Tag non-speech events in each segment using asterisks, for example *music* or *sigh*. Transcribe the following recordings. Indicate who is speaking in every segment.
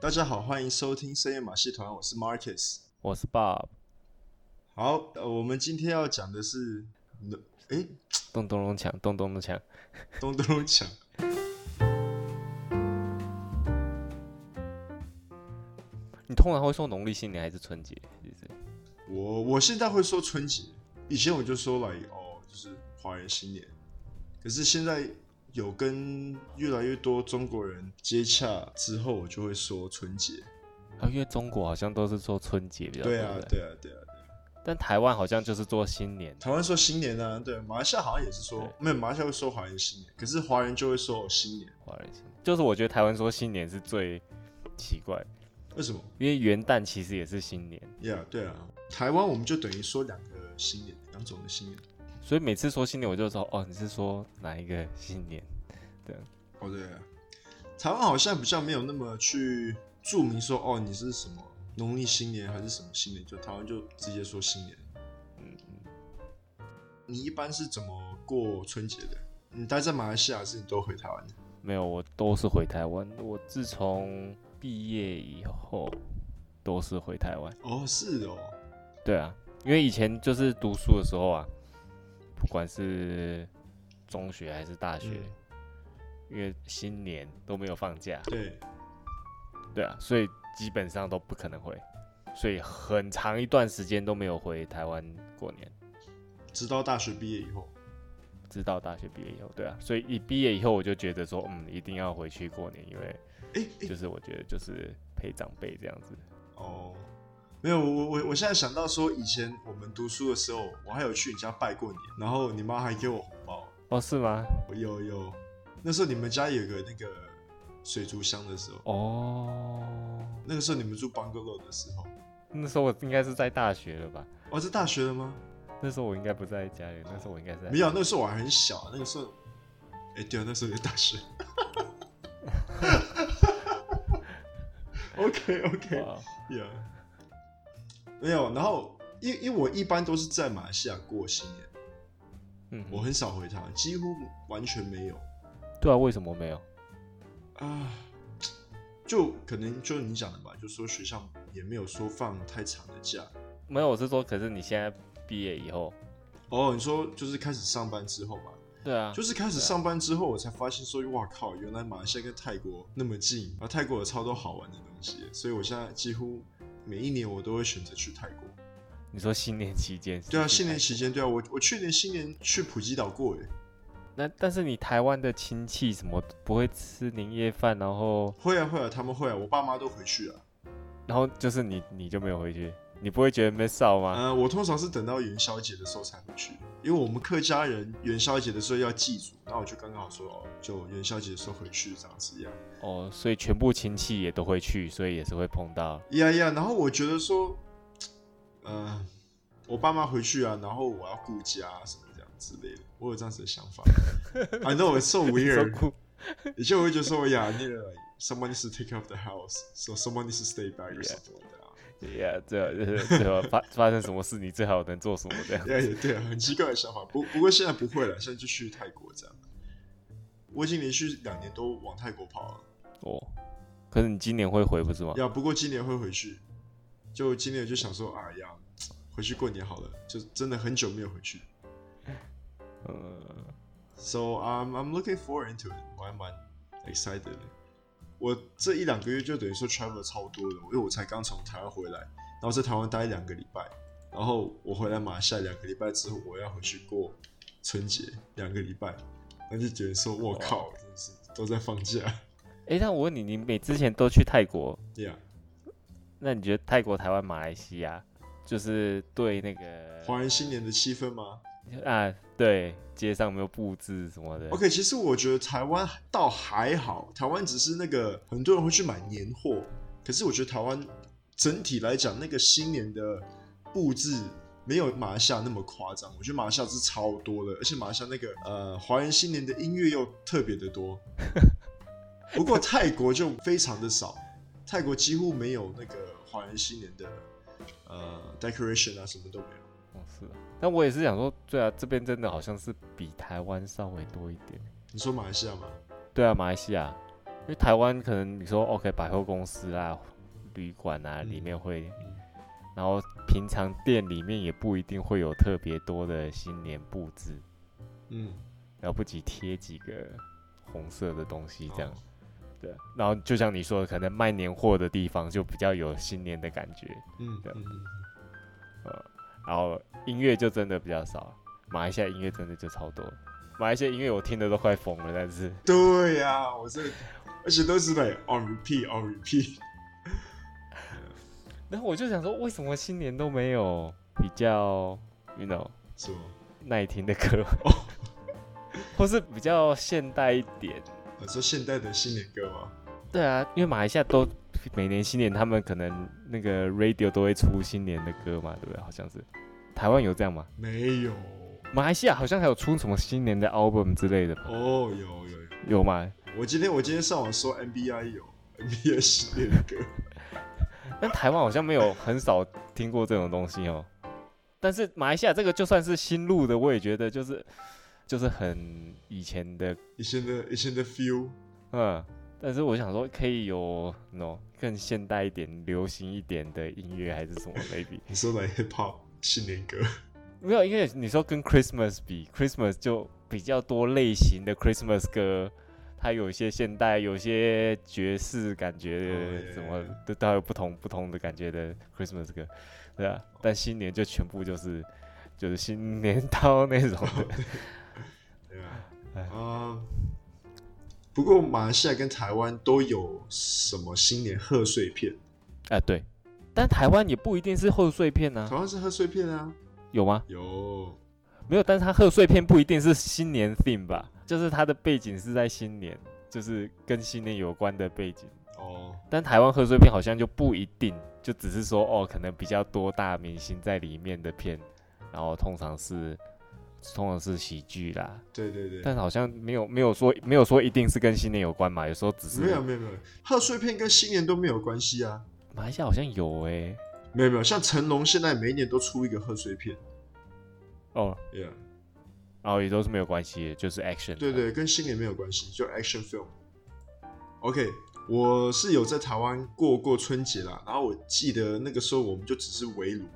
Speaker 1: 大家好，欢迎收听深夜马戏团，我是 Marcus。
Speaker 2: 我是 Bob，
Speaker 1: 好，呃，我们今天要讲的是，哎，
Speaker 2: 咚咚咚锵，咚咚咚锵。
Speaker 1: 咚咚咚锵。
Speaker 2: 你通常会说农历新年还是春节？其实
Speaker 1: 我我现在会说春节，以前我就说来哦，就是华人新年。可是现在有跟越来越多中国人接洽之后，我就会说春节。
Speaker 2: 啊，因为中国好像都是说春节比较多，
Speaker 1: 对啊
Speaker 2: 不，
Speaker 1: 对啊，对啊。
Speaker 2: 但台湾好像就是做新年。
Speaker 1: 台湾说新年啊，对，马来西亚好像也是说
Speaker 2: 对，
Speaker 1: 没有马来西亚会说华人新年，可是华人就会说哦新年，
Speaker 2: 华人新年就是我觉得台湾说新年是最奇怪，
Speaker 1: 为什么？
Speaker 2: 因为元旦其实也是新年，
Speaker 1: 呀、yeah,，对啊，台湾我们就等于说两个新年，两种的新年。
Speaker 2: 所以每次说新年我就说哦，你是说哪一个新年？
Speaker 1: 哦，对、啊，台湾好像比较没有那么去注明说哦，你是什么农历新年还是什么新年，就台湾就直接说新年。
Speaker 2: 嗯，
Speaker 1: 嗯你一般是怎么过春节的？你待在马来西亚还是你都回台湾的？
Speaker 2: 没有，我都是回台湾。我自从毕业以后都是回台湾。
Speaker 1: 哦，是哦，
Speaker 2: 对啊，因为以前就是读书的时候啊，不管是中学还是大学，因为新年都没有放假，
Speaker 1: 对，
Speaker 2: 对啊，所以基本上都不可能回，所以很长一段时间都没有回台湾过年，
Speaker 1: 直到大学毕业以后，
Speaker 2: 直到大学毕业以后，对啊，所以一毕业以后我就觉得说，嗯，一定要回去过年，因为
Speaker 1: 哎、哎
Speaker 2: 就是我觉得就是陪长辈这样子，
Speaker 1: 哦，没有，我我我现在想到说，以前我们读书的时候，我还有去你家拜过年，然后你妈还给我红包。
Speaker 2: 哦，是吗？
Speaker 1: 有有，那时候你们家有个那个水族箱的时候，
Speaker 2: 哦，
Speaker 1: 那个时候你们住 bungalow 的时候，
Speaker 2: 那时候我应该是在大学了吧？
Speaker 1: 哦，是大学了吗？
Speaker 2: 那时候我应该不在家里，那时候我应该是在
Speaker 1: 没有，那时候我还很小，那个时候，哎、对啊，那时候也大学。OK OK，
Speaker 2: 哇
Speaker 1: yeah，没有。然后，因因为我一般都是在马来西亚过新年，
Speaker 2: *laughs* 嗯哼，
Speaker 1: 我很少回台湾，几乎完全没有
Speaker 2: 对啊，为什么没有？
Speaker 1: 啊。就可能就你讲的吧，就说学校也没有说放太长的假，
Speaker 2: 没有，我是说，可是你现在毕业以后，
Speaker 1: 哦，你说就是开始上班之后嘛，
Speaker 2: 对啊，
Speaker 1: 就是开始上班之后，我才发现说，哇靠，原来马来西亚跟泰国那么近，然后泰国有超多好玩的东西，所以我现在几乎每一年我都会选择去泰国。
Speaker 2: 你说新年期间，
Speaker 1: 对啊，新年期，间，对啊，我我去年新年去普吉岛过，诶，
Speaker 2: 那但是你台湾的亲戚什么不会吃年夜饭，然后
Speaker 1: 会啊会啊，他们会啊，我爸妈都回去啊。
Speaker 2: 然后就是你你就没有回去，你不会觉得 miss out 吗？
Speaker 1: 呃，我通常是等到元宵节的时候才回去，因为我们客家人元宵节的时候要祭祖，那我就刚刚好说哦，就元宵节的时候回去这样子呀。
Speaker 2: 哦，所以全部亲戚也都会去，所以也是会
Speaker 1: *laughs*
Speaker 2: 碰到。
Speaker 1: 呀呀，然后我觉得说，呃，我爸妈回去啊，然后我要顾家、啊、什么这样之类的，我有这样子的想法。I know *laughs* it's so
Speaker 2: 说
Speaker 1: weird，
Speaker 2: 哭
Speaker 1: 以前我会觉得说，呀，那个 someone needs to take care of the house，so someone needs to stay back or
Speaker 2: Yeah.
Speaker 1: something like that。
Speaker 2: ，Yeah，最好就是最好发发生什么事，你最好能做什么
Speaker 1: *laughs*
Speaker 2: 这样。
Speaker 1: 呀，也对啊，很奇怪的想法。不不过现在不会了，现在就去泰国这样。我已经连续两年都往泰国跑了。
Speaker 2: 哦，可是你今年会回不是吗？
Speaker 1: 呀，不过今年会回去，就今年就想说，啊呀，回去过年好了，就真的很久没有回去。
Speaker 2: 嗯，
Speaker 1: So um, I'm looking forward into it，我还蛮 excited 的。我这一两个月就等于说 travel 了超多的，因为我才刚从台湾回来，然后在台湾待两个礼拜，然后我回来马来西亚两个礼拜之后，我要回去过春节两个礼拜，那就觉得说，我靠，真的是都在放假 *laughs*
Speaker 2: 哎，那我问你，你每之前都去泰国，
Speaker 1: ，Yeah，
Speaker 2: 那你觉得泰国、台湾、马来西亚，就是对那个
Speaker 1: 华人新年的气氛吗
Speaker 2: 啊，对街上有没有布置什么的
Speaker 1: ？OK，其实我觉得台湾倒还好，台湾只是那个很多人会去买年货，可是我觉得台湾整体来讲，那个新年的布置没有马来西亚那么夸张。我觉得马来西亚是超多的，而且马来西亚那个呃华人新年的音乐又特别的
Speaker 2: *laughs*
Speaker 1: 多。不过泰国就非常的少，泰国几乎没有那个华人新年的呃 decoration 啊，什么都没有。
Speaker 2: 哦，是啊。但我也是想说，对啊，这边真的好像是比台湾稍微多一点。
Speaker 1: 你说马来西亚吗？
Speaker 2: 对啊，马来西亚因为台湾可能你说 OK 百货公司啊、旅馆啊
Speaker 1: 嗯
Speaker 2: 里面会，然后平常店里面也不一定会有特别多的新年布置，
Speaker 1: 嗯，
Speaker 2: 了不起贴几个红色的东西这样。
Speaker 1: 哦
Speaker 2: 对，然后就像你说的，可能卖年货的地方就比较有新年的感觉，
Speaker 1: 嗯
Speaker 2: 对
Speaker 1: 嗯嗯
Speaker 2: 然后音乐就真的比较少。马来西亚音乐真的就超多，马来西亚音乐我听的都快疯了，但是 *laughs*
Speaker 1: *laughs* 对呀、我这而且都是 like on repeat on repeat，
Speaker 2: 然后我就想说，为什么新年都没有比较，you know，
Speaker 1: 是吗？
Speaker 2: 耐听的 *laughs* 歌，或是比较现代一点？
Speaker 1: 我说现代的新年歌吗？
Speaker 2: 对啊，因为马来西亚都每年新年他们可能那个 radio 都会出新年的歌嘛，对不对？好像是台湾有这样吗？
Speaker 1: 没有
Speaker 2: 马来西亚好像还有出什么新年的 album 之类的吧？
Speaker 1: 哦，有有有，
Speaker 2: 有吗？
Speaker 1: 我今天我今天上网搜 MBI 有 MBI 新年的歌，
Speaker 2: 但台湾好像没有很少听过这种东西哦。但是马来西亚这个就算是新录的，我也觉得就是就是很以前的
Speaker 1: 以前的以前的 feel，
Speaker 2: 嗯，但是我想说，可以有 no 更现代一点、流行一点的音乐还是什么 maybe？
Speaker 1: 你说 like hip hop 新年歌，
Speaker 2: 没有，因为你说跟 Christmas 比，Christmas 就比较多类型的 Christmas 歌，它有一些现代，有一些爵士感觉
Speaker 1: 哦
Speaker 2: 的，什
Speaker 1: 耶
Speaker 2: 么都都有不同不同的感觉的 Christmas 歌，对啊。但新年就全部就是就是新年到那种
Speaker 1: *laughs*
Speaker 2: 的，
Speaker 1: 对啊，
Speaker 2: 哎
Speaker 1: 啊、不过马来西亚跟台湾都有什么新年贺岁片？
Speaker 2: 啊对。但台湾也不一定是贺岁片呢、
Speaker 1: 台湾是贺岁片啊，
Speaker 2: 有吗？
Speaker 1: 有
Speaker 2: 没有，但是它贺岁片不一定是新年 theme 吧，就是它的背景是在新年，就是跟新年有关的背景。
Speaker 1: 哦，
Speaker 2: 但台湾贺岁片好像就不一定，就只是说哦，可能比较多大明星在里面的片，然后通常是通常是喜剧啦，
Speaker 1: 对对对，
Speaker 2: 但好像没有没有说没有说一定是跟新年有关嘛，有时候只是
Speaker 1: 没有没有没有，贺岁片跟新年都没有关系啊。
Speaker 2: 马来西亚好像有诶、
Speaker 1: 没有没有，像成龙现在每一年都出一个贺岁片
Speaker 2: 哦，
Speaker 1: ，Yeah，
Speaker 2: 然后也都是没有关系的，就是 action，
Speaker 1: 对对，跟新年没有关系，就 action film。OK，我是有在台湾过过春节啦，然后我记得那个时候我们就只是围炉，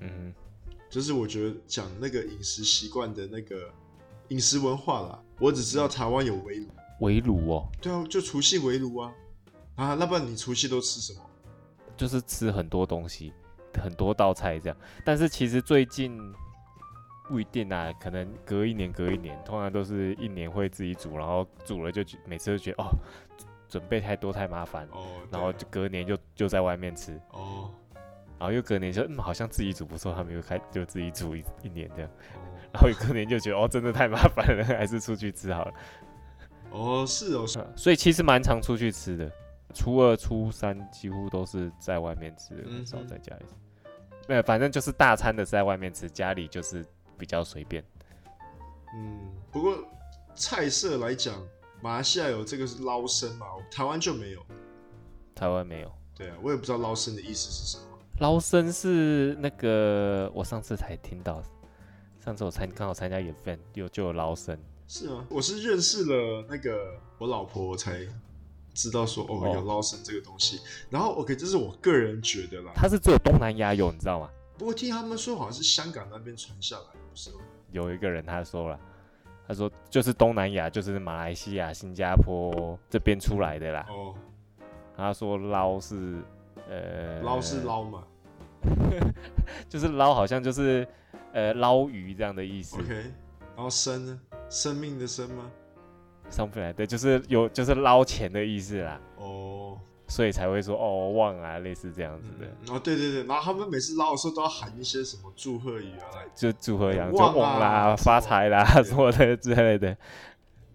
Speaker 2: 嗯
Speaker 1: 就是我觉得讲那个饮食习惯的那个饮食文化啦，我只知道台湾有围炉，
Speaker 2: 哼，围炉哦，
Speaker 1: 对啊，就除夕围炉啊，啊，那不然你除夕都吃什么？
Speaker 2: 就是吃很多东西，很多道菜这样。但是其实最近不一定啊，可能隔一年隔一年，通常都是一年会自己煮，然后煮了就觉每次都觉得哦，准备太多太麻烦，
Speaker 1: 哦，
Speaker 2: 然后
Speaker 1: 对
Speaker 2: 就隔年就就在外面吃，
Speaker 1: 哦，
Speaker 2: 然后又隔年就嗯好像自己煮不错，他们又开就自己煮一一年这样，
Speaker 1: 哦
Speaker 2: 然后隔年就觉得哦真的太麻烦了，还是出去吃好了。
Speaker 1: 哦，是哦，是
Speaker 2: 嗯所以其实蛮常出去吃的，初二、初三几乎都是在外面吃，
Speaker 1: 嗯哼
Speaker 2: 很少在家里吃。没有，反正就是大餐的是在外面吃，家里就是比较随便。
Speaker 1: 嗯，不过菜色来讲，马来西亚有这个是捞生嘛，台湾就没有。
Speaker 2: 台湾没有
Speaker 1: 对啊，我也不知道捞生的意思是什么。
Speaker 2: 捞生是那个，我上次才听到，上次我参刚好参加 event 有就有捞生，
Speaker 1: 是吗？我是认识了那个我老婆才知道说哦
Speaker 2: 哦
Speaker 1: 有捞生这个东西。然后 OK，这是我个人觉得啦。
Speaker 2: 它是只有东南亚有，你知道吗？
Speaker 1: 不过听他们说好像是香港那边传下来，不是吗？
Speaker 2: 有一个人他说了，他说就是东南亚，就是马来西亚、新加坡这边出来的啦。
Speaker 1: 哦，
Speaker 2: 他说捞是呃
Speaker 1: 捞是捞嘛。
Speaker 2: 就是捞，好像就是呃捞鱼这样的意思。
Speaker 1: OK，然后生呢？生命的生吗？
Speaker 2: 上不来，对，就是有就是捞钱的意思啦，
Speaker 1: 哦，
Speaker 2: 所以才会说哦忘啊，类似这样子的，
Speaker 1: 嗯哦对对对，然后他们每次捞的时候都要喊一些什么祝贺语啊来
Speaker 2: 就祝贺洋就
Speaker 1: 忘啊
Speaker 2: 忘啦、
Speaker 1: 什么
Speaker 2: 发财啦
Speaker 1: 对
Speaker 2: 什么的之类的。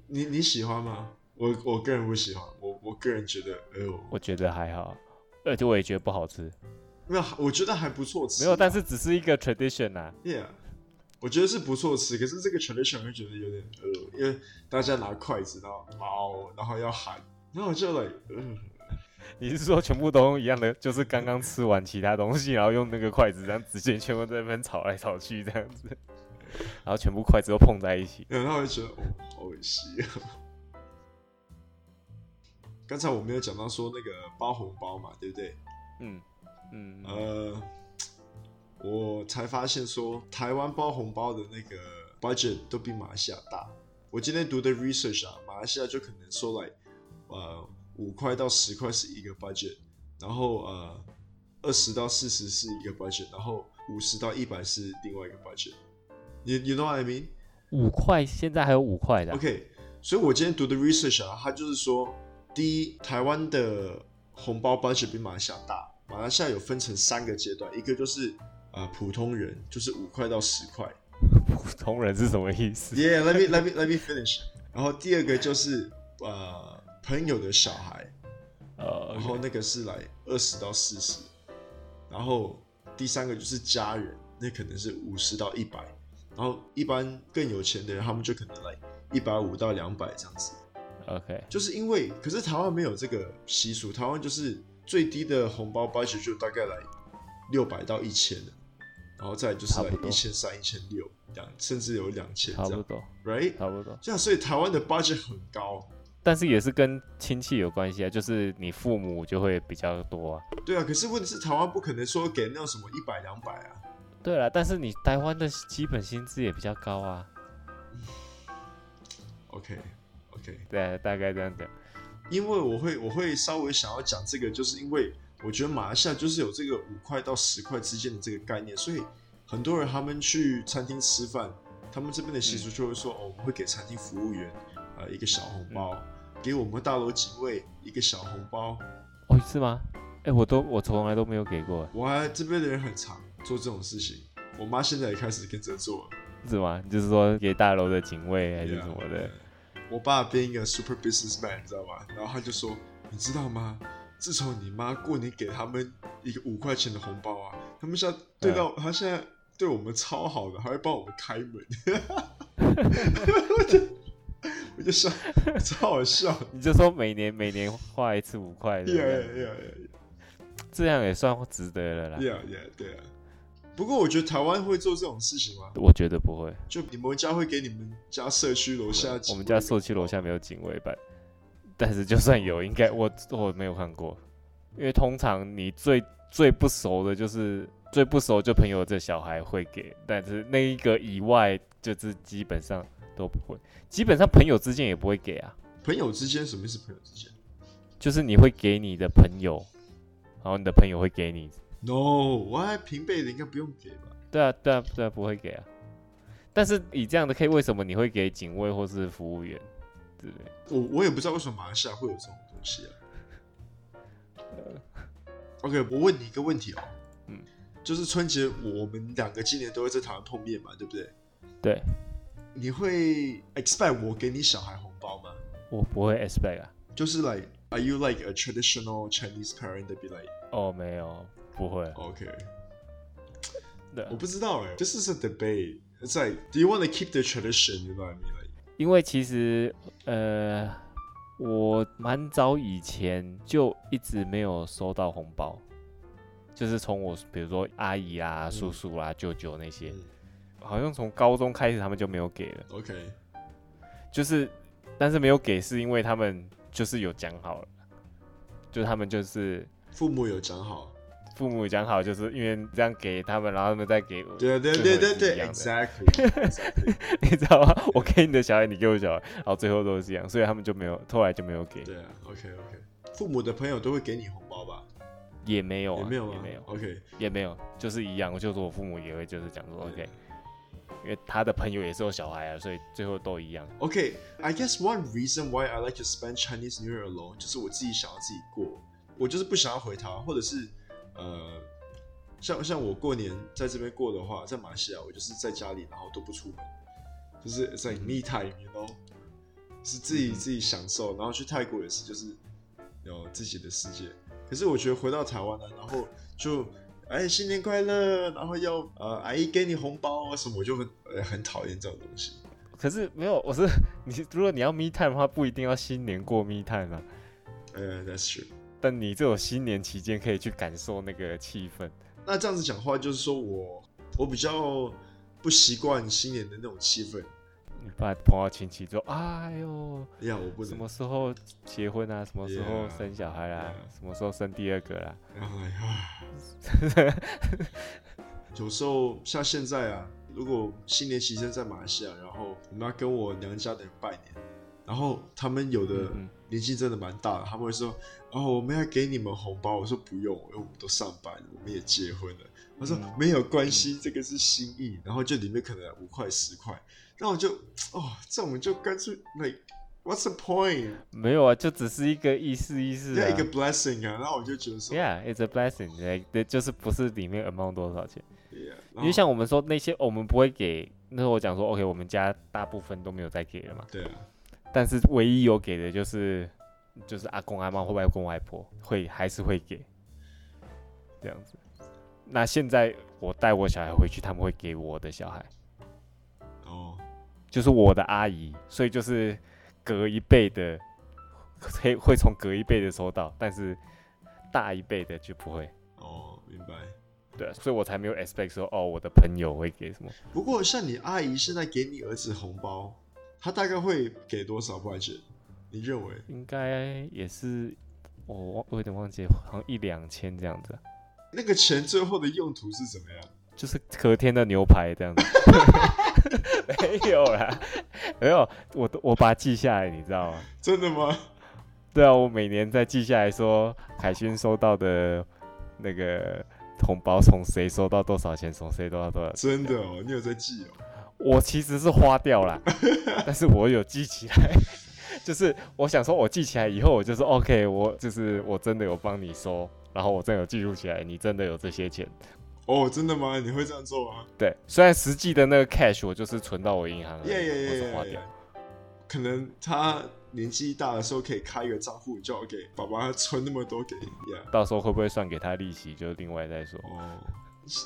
Speaker 1: 你你喜欢吗？我我个人不喜欢，我我个人觉得，哎呦，
Speaker 2: 我觉得还好，而且我也觉得不好吃，
Speaker 1: 没有，我觉得还不错吃
Speaker 2: 没
Speaker 1: 啊。
Speaker 2: 有，但是只是一个 tradition 啊啦、
Speaker 1: ，Yeah，我觉得是不错吃，可是这个 tradition 会觉得有点呃，因为大家拿筷子，然后捞，然后要喊，然后我就 like，呃，
Speaker 2: 你是说全部都用一样的，就是刚刚吃完其他东西，然后用那个筷子这样直接全部在那边炒来炒去这样子，然后全部筷子都碰在一起。
Speaker 1: 然后我就觉得哦，好恶心啊。 *laughs* 刚才我没有讲到说那个包红包嘛，对不对？
Speaker 2: 嗯嗯，嗯
Speaker 1: 呃，我才发现说台湾包红包的那个 budget 都比马来西亚大。我今天读的 research 啊，马来西亚就可能说来，呃，五块到十块是一个 budget，然后呃，二十到四十是一个 budget，然后五十到一百是另外一个 budget。You you know what I mean?
Speaker 2: 五块，现在还有五块的啊、
Speaker 1: OK，所以我今天读的 research 啊，它就是说，第一，台湾的红包 budget 比马来西亚大。马来西亚有分成三个阶段，一个就是呃普通人，就是五块到十块。
Speaker 2: 普通人是什么意思？
Speaker 1: Yeah，let me let me let me finish。然后第二个就是呃朋友的小孩，
Speaker 2: 呃
Speaker 1: 然后那个是来二十到四十，然后第三个就是家人，那可能是五十到一百，然后一般更有钱的人，他们就可能来一百五到两百这样子。
Speaker 2: ，OK，
Speaker 1: 就是因为，可是台湾没有这个习俗，台湾就是最低的红包 budget 就大概来六百到一千的，然后再就是来
Speaker 2: 差不多
Speaker 1: 一千三、一千六两，甚至有两千
Speaker 2: 差
Speaker 1: 这
Speaker 2: 不
Speaker 1: 样
Speaker 2: 多，
Speaker 1: ，right？
Speaker 2: 差不多。
Speaker 1: 这样，所以台湾的 budget 很高，
Speaker 2: 但是也是跟亲戚有关系啊，就是你父母就会比较多啊。
Speaker 1: 对啊。可是问题是，台湾不可能说给那种什么一百、两百啊。
Speaker 2: 对了，但是你台湾的基本薪资也比较高啊。
Speaker 1: OK，OK，、
Speaker 2: 对，大概这样讲。
Speaker 1: 因为我会我会稍微想要讲这个，就是因为我觉得马来西亚就是有这个五块到十块之间的这个概念，所以很多人他们去餐厅吃饭，他们这边的习俗就会说、哦，我们会给餐厅服务员呃一个小红包，给我们大楼警卫一个小红包。
Speaker 2: 哦，是吗？哎，我都我从来都没有给过，
Speaker 1: 我还这边的人很常做这种事情，我妈现在也开始跟着做了。
Speaker 2: 是吗？你就是说给大楼的警卫还是
Speaker 1: Yeah
Speaker 2: 什么的？
Speaker 1: 我爸变一个 super businessman，你知道吗？然后他就说，你知道吗？自从你妈过年给他们一个五块钱的红包啊，他们现在对到、
Speaker 2: 嗯
Speaker 1: 他现在对我们超好的，还会帮我们开门。
Speaker 2: *laughs*
Speaker 1: 我就我就笑，超好笑。
Speaker 2: *laughs* 你就说每年每年花一次五块的
Speaker 1: Yeah,
Speaker 2: 这样，
Speaker 1: yeah, yeah, yeah.
Speaker 2: 这样也算值得了啦。
Speaker 1: Yeah, yeah, 对啊。不过我觉得台湾会做这种事情吗？
Speaker 2: 我觉得不会，
Speaker 1: 就你们家会给你们家社区楼下几
Speaker 2: 我们
Speaker 1: 个
Speaker 2: 家社区楼下没有警卫办， *laughs* 但是就算有，应该我我没有看过，因为通常你最最不熟的就是最不熟就朋友这小孩会给，但是那一个以外就是基本上都不会，基本上朋友之间也不会给啊，
Speaker 1: 朋友之间，什么意思？朋友之间
Speaker 2: 就是你会给你的朋友，然后你的朋友会给你，
Speaker 1: ？No，我还平辈的应该不用给吧？
Speaker 2: 对啊对啊对啊不会给啊，但是以这样的 K 为什么你会给警卫或是服务员之类的？
Speaker 1: 我我也不知道为什么马来西亚会有这种东西啊。OK，我问你一个问题哦，
Speaker 2: 呃嗯，
Speaker 1: 就是春节我们两个今年都会在台湾碰面嘛，对不对？
Speaker 2: 对
Speaker 1: 你会 expect 我给你小孩红包吗？
Speaker 2: 我不会 expect 啊。
Speaker 1: 就是 like are you like a traditional Chinese parent to be like
Speaker 2: 哦，没有，不会。啊
Speaker 1: OK？
Speaker 2: 对啊
Speaker 1: 我，不知道哎、this is a debate. It's like do you want to keep the tradition? You know what I mean? Like
Speaker 2: 因为其实呃，我蛮早以前就一直没有收到红包，就是从我比如说阿姨啊、叔叔啊、舅舅那些
Speaker 1: 嗯，
Speaker 2: 好像从高中开始他们就没有给了，
Speaker 1: OK，
Speaker 2: 就是但是没有给是因为他们就是有讲好了，就他们就是。
Speaker 1: 父母有讲好，
Speaker 2: 父母讲好，就是因为这样给他们，然后他们再给我。
Speaker 1: 对啊对啊对
Speaker 2: 呃
Speaker 1: 啊
Speaker 2: 最后也
Speaker 1: 对
Speaker 2: 是
Speaker 1: 啊
Speaker 2: 一
Speaker 1: 对
Speaker 2: 样
Speaker 1: 啊
Speaker 2: 的
Speaker 1: ，exactly，
Speaker 2: *laughs* 你知道吗？我给你的小孩，你给我小孩，然后最后都是一样，所以他们就没有，后来就没有给，
Speaker 1: 对啊，OK OK，父母的朋友都会给你红包吧？
Speaker 2: 也没有、啊，
Speaker 1: 也没有
Speaker 2: 也
Speaker 1: 吗
Speaker 2: 没有，
Speaker 1: ？OK，
Speaker 2: 也没有，就是一样。就是我父母也会就是讲说
Speaker 1: 对
Speaker 2: OK，因为他的朋友也是有小孩啊，所以最后都一样。
Speaker 1: OK, I guess one reason why I like to spend Chinese New Year alone 就是我自己想要自己过，我就是不想要回台湾，或者是呃，像像我过年在这边过的话，在马来西亚我就是在家里，然后都不出门，就是 it's like me time，you know，是自己自己享受，然后去泰国也是，就是有自己的世界。可是我觉得回到台湾呢，然后就哎新年快乐，然后要呃阿姨给你红包啊什么，我就很呃很讨厌这种东西。
Speaker 2: 可是没有，我是你，如果你要 me time 的话，不一定要新年过 me time 啊，
Speaker 1: 呃、t h a t s true。
Speaker 2: 但你这种新年期间可以去感受那个气氛。
Speaker 1: 那这样子讲话，就是说我我比较不习惯新年的那种气氛，
Speaker 2: 你怕碰到亲戚之后，哎呦，
Speaker 1: 哎呀，我不
Speaker 2: 什
Speaker 1: 能
Speaker 2: 么，时候结婚啊？什么时候
Speaker 1: Yeah,
Speaker 2: 生小孩啦
Speaker 1: yeah.
Speaker 2: 什么时候生第二个啦？
Speaker 1: 哎呀，有时候像现在啊，如果新年期间在马来西亚，然后我们要跟我娘家的人拜年，然后他们有的
Speaker 2: 嗯嗯
Speaker 1: 年纪真的蛮大的，他们会说：“哦，我们要给你们红包。”我说：“不用，因为我们都上班了，我们也结婚了。”他说：“
Speaker 2: 嗯
Speaker 1: 没有关系，这个是心意。”然后就里面可能五块十块，那我就哦，这种就干脆 like what's the point？
Speaker 2: 没有啊，就只是一个意思意思
Speaker 1: 要
Speaker 2: 啊
Speaker 1: 一。个 blessing 啊，然后我就觉得说
Speaker 2: Yeah, it's a blessing. Like, 就是不是里面 amount 多少钱，
Speaker 1: ，yeah，然
Speaker 2: 因
Speaker 1: 后
Speaker 2: 为像我们说那些，我们不会给。那时候我讲说，OK，我们家大部分都没有再给了嘛，
Speaker 1: 对啊，
Speaker 2: 但是唯一有给的就是就是阿公阿妈或外公外婆会还是会给，这样子。那现在我带我小孩回去，他们会给我的小孩。
Speaker 1: 哦，
Speaker 2: 就是我的阿姨，所以就是隔一辈的会会从隔一辈的收到，但是大一辈的就不会。
Speaker 1: 哦，明白。
Speaker 2: 对啊，所以我才没有 expect 说哦，我的朋友会给什么。
Speaker 1: 不过像你阿姨现在给你儿子红包，她大概会给多少 budget？你认为？
Speaker 2: 应该也是我忘，我有点忘记，好像一两千这样子啊，
Speaker 1: 那个钱最后的用途是怎么样？
Speaker 2: 就是隔天的牛排这样子。 *laughs* 没有啦，没有，我都我把它记下来，你知道吗？
Speaker 1: 真的吗？
Speaker 2: 对啊，我每年在记下来说凯勋收到的那个红包从谁收到多少钱，从谁收到多少
Speaker 1: *laughs*
Speaker 2: 钱。
Speaker 1: 真的哦，你有在记哦。
Speaker 2: 我其实是花掉啦，但是我有记起来， *laughs* 就是我想说，我记起来以后，我就说 OK，我就是我真的有帮你收，然后我真的有记录起来，你真的有这些钱。
Speaker 1: 哦，真的吗？你会这样做吗？
Speaker 2: 对，虽然实际的那个 cash 我就是存到我银行了，
Speaker 1: 耶耶
Speaker 2: 我
Speaker 1: 耶
Speaker 2: 是花
Speaker 1: 耶
Speaker 2: 掉
Speaker 1: 耶。！可能他年纪大的时候可以开一个账户，叫给爸爸存那么多给你呀。
Speaker 2: 到时候会不会算给他利息，就另外再说。
Speaker 1: 哦，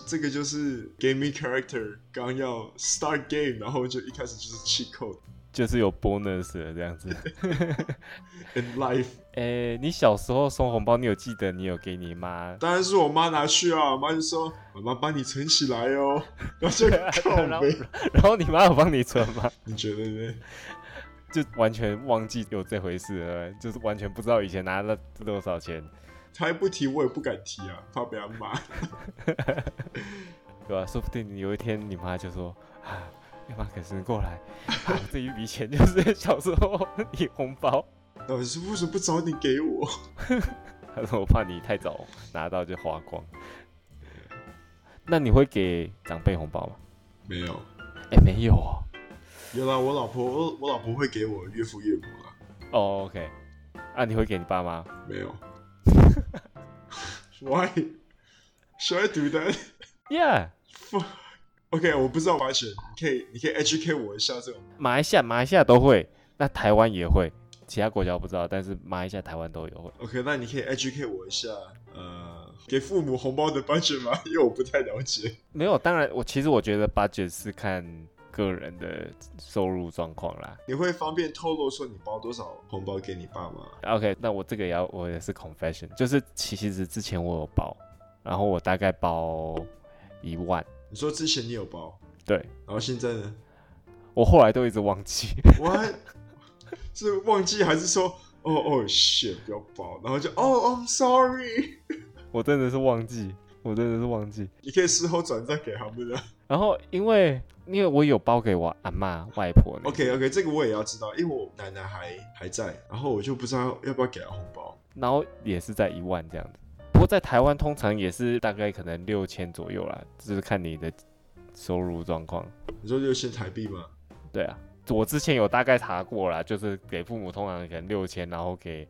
Speaker 1: 这个就是 gaming character 刚要 start game，然后就一开始就是 cheat code
Speaker 2: 就是有 bonus 了这样子。
Speaker 1: in life。
Speaker 2: 诶、你小时候送红包，你有记得你有给你妈？ *laughs*
Speaker 1: 当然是我妈拿去啊，我妈就说：“妈妈帮你存起来
Speaker 2: *laughs*
Speaker 1: 哦。”然后就
Speaker 2: 然
Speaker 1: 靠
Speaker 2: 后
Speaker 1: 背，
Speaker 2: 然后你妈有帮你存吗？
Speaker 1: 你觉得呢？
Speaker 2: 就完全忘记有这回事了，就是完全不知道以前拿了多少钱，
Speaker 1: 她还不提，我也不敢提啊，怕被她骂。
Speaker 2: 对吧、说不定你有一天你妈就说啊，你妈可是过来， *laughs* 啊、这一笔钱就是小时候你红包， *laughs*
Speaker 1: 老师为什么不早点给我？
Speaker 2: 她说我怕你太早拿到就花光。 *laughs* 那你会给长辈红包吗？
Speaker 1: 没有，
Speaker 2: 哎、没有哦。
Speaker 1: 原来我老婆，我我老婆会给我岳父岳母啊，
Speaker 2: 哦、o k 啊，你会给你爸妈？
Speaker 1: 没有。Why *laughs* should I do that?
Speaker 2: Yeah，
Speaker 1: OK，我不知道完全，你可以你可以 educate 我一下这种。
Speaker 2: 马来西亚马来西亚都会，那台湾也会，其他国家我不知道，但是马来西亚、台湾都有会。
Speaker 1: OK，那你可以 educate 我一下，呃，给父母红包的 budget 吗？ *laughs* 因为我不太了解。
Speaker 2: 没有，当然，我其实我觉得 budget 是看个人的收入状况啦。
Speaker 1: 你会方便透露说你包多少红包给你爸妈？
Speaker 2: OK，那我这个也要，我也是 confession，就是其其实之前我有包，然后我大概包一万，
Speaker 1: 你说之前你有包，
Speaker 2: 对
Speaker 1: 然后现在呢？
Speaker 2: 我后来都一直忘记， *laughs*
Speaker 1: 我还是忘记还是说哦哦 shit 不要包，然后就哦 I'm sorry，
Speaker 2: 我真的是忘记，我真的是忘记。
Speaker 1: 你可以事后转账给他们的。啊
Speaker 2: 然后因为因为我有包给我阿妈、外婆那
Speaker 1: OK OK，这个我也要知道，因为我奶奶还还在，然后我就不知道要不要给她红包。
Speaker 2: 然后也是在一万这样子。不过在台湾通常也是大概可能六千左右啦，就是看你的收入状况。
Speaker 1: 你说六千台币吗？
Speaker 2: 对啊，我之前有大概查过啦，就是给父母通常可能六千，然后给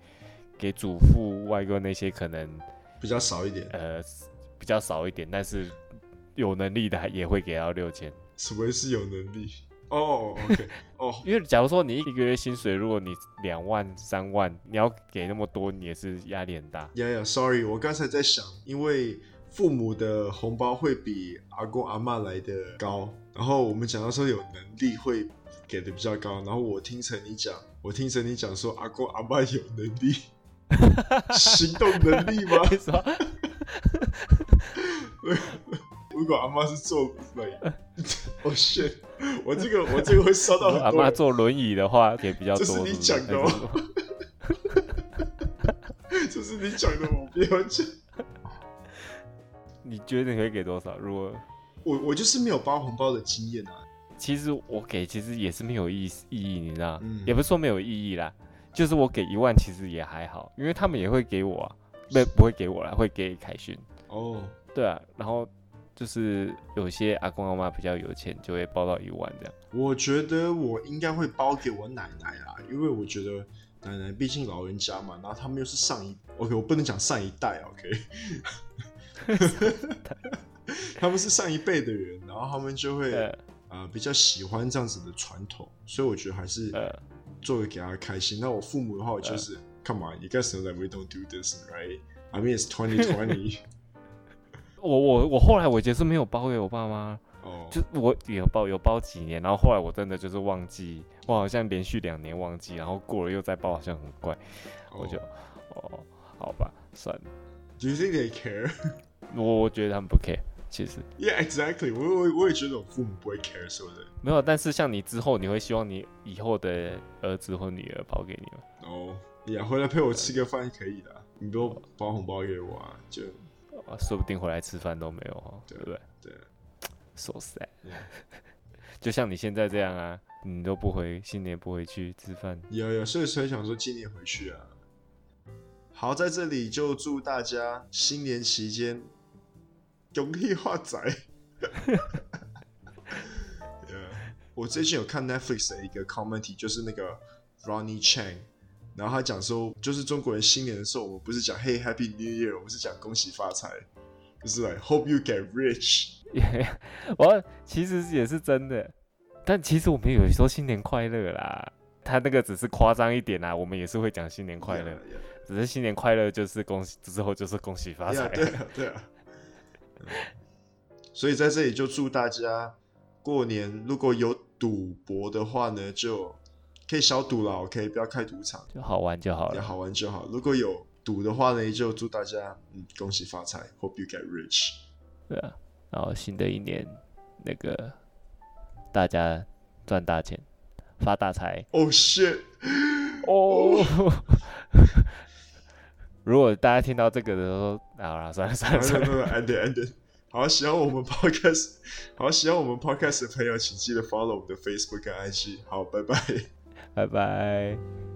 Speaker 2: 给祖父、外公那些可能
Speaker 1: 比较少一点，
Speaker 2: 呃比较少一点，但是有能力的还也会给到六千。
Speaker 1: 什么是有能力？哦、o k 哦， *laughs*
Speaker 2: 因为假如说你一个月薪水，如果你两万、三万，你要给那么多，你也是压力很大。 *laughs*
Speaker 1: 呀呀，sorry，我刚才在想，因为父母的红包会比阿公阿嬷来的高，然后我们讲到说有能力会给的比较高，然后我听成你讲，我听成你讲说阿公阿嬷有能力，行动能力吗？
Speaker 2: 你说呃
Speaker 1: *laughs* 如果阿嬷是做 like，哦、shit，我这
Speaker 2: *laughs*
Speaker 1: 个我这个会烧到
Speaker 2: 阿
Speaker 1: 很多
Speaker 2: 妈
Speaker 1: 人。
Speaker 2: 坐轮椅的话也比较
Speaker 1: 这
Speaker 2: 多。
Speaker 1: 是你
Speaker 2: 不
Speaker 1: 讲的哦
Speaker 2: 还是什么
Speaker 1: *laughs* 这是你讲的，我不要讲。
Speaker 2: 你觉得你可以给多少？如果
Speaker 1: 我我就是没有包红包的经验啊。
Speaker 2: 其实我给其实也是没有意思意义，你知道？
Speaker 1: 嗯
Speaker 2: 也不是说没有意义啦，就是我给一万其实也还好，因为他们也会给我啊，不不会给我啦，会给凯勋。
Speaker 1: 哦，
Speaker 2: 对啊，然后就是有些阿公阿妈比较有钱，就会包到一万这样。
Speaker 1: 我觉得我应该会包给我奶奶啦，因为我觉得奶奶毕竟老人家嘛，然后他们又是上一，OK，我不能讲上一代，OK，他们是上一辈的人，然后他们就会
Speaker 2: 呃
Speaker 1: 呃比较喜欢这样子的传统，所以我觉得还是
Speaker 2: 呃，
Speaker 1: 作为给他开心。那我父母的话，我就是、Come on, you guys know that we don't do this, right? I mean it's twenty twenty.
Speaker 2: 我我我后来我就是没有包给我爸妈，
Speaker 1: 哦，
Speaker 2: 就我有包有包几年，然后后来我真的就是忘记，我好像连续两年忘记，然后过了又再包，好像很怪，我就
Speaker 1: 哦
Speaker 2: 哦好吧，算了，
Speaker 1: Do you think they care? *laughs*
Speaker 2: 我我觉得他们不 care，其实
Speaker 1: Yeah, exactly. 我我我也觉得我父母不会 care，是不是？
Speaker 2: 没有，但是像你之后，你会希望你以后的儿子或女儿包给你吗？
Speaker 1: 哦，也回来陪我吃个饭可以的啊，你不用包红包给我啊，就
Speaker 2: 啊说不定回来吃饭都没有哦，
Speaker 1: 对
Speaker 2: 对不对
Speaker 1: 对。
Speaker 2: ？So sad，
Speaker 1: Yeah
Speaker 2: *laughs* 就像你现在这样啊，你都不回新年不回去吃饭， *laughs*
Speaker 1: 有有，所以所以想说今年回去啊。好，在这里就祝大家新年期间容易化仔。Yeah，我最近有看 Netflix 的一个 comedy，就是那个 Ronnie Chang，然后他讲说，就是中国人新年的时候，我们不是讲 Hey Happy New Year，我们是讲恭喜发财，就是来 Hope you get rich。
Speaker 2: 我其实也是真的，但其实我们有时候新年快乐啦，他那个只是夸张一点啦，我们也是会讲新年快乐
Speaker 1: Yeah,，yeah.
Speaker 2: 只是新年快乐就是恭喜之后就是恭喜发财
Speaker 1: Yeah，对啊，对啊。所以在这里就祝大家过年如果有赌博的话呢，就可以小赌了，OK，不要开赌场，
Speaker 2: 就好玩就好
Speaker 1: 要
Speaker 2: 了。
Speaker 1: 好玩就好。如果有赌的话呢，就祝大家嗯恭喜发财，Hope you get rich。
Speaker 2: 对啊，然后新的一年那个大家赚大钱，发大财
Speaker 1: Oh shit！
Speaker 2: 哦。 *laughs* 如果大家听到这个的时候，好啦，算了算了
Speaker 1: 没有
Speaker 2: 算了，
Speaker 1: 没有 end it, end it。好，喜欢我们 podcast，好喜欢我们 podcast 的朋友，请记得 follow 我们的 Facebook 跟 IG。好，拜拜。
Speaker 2: 拜拜。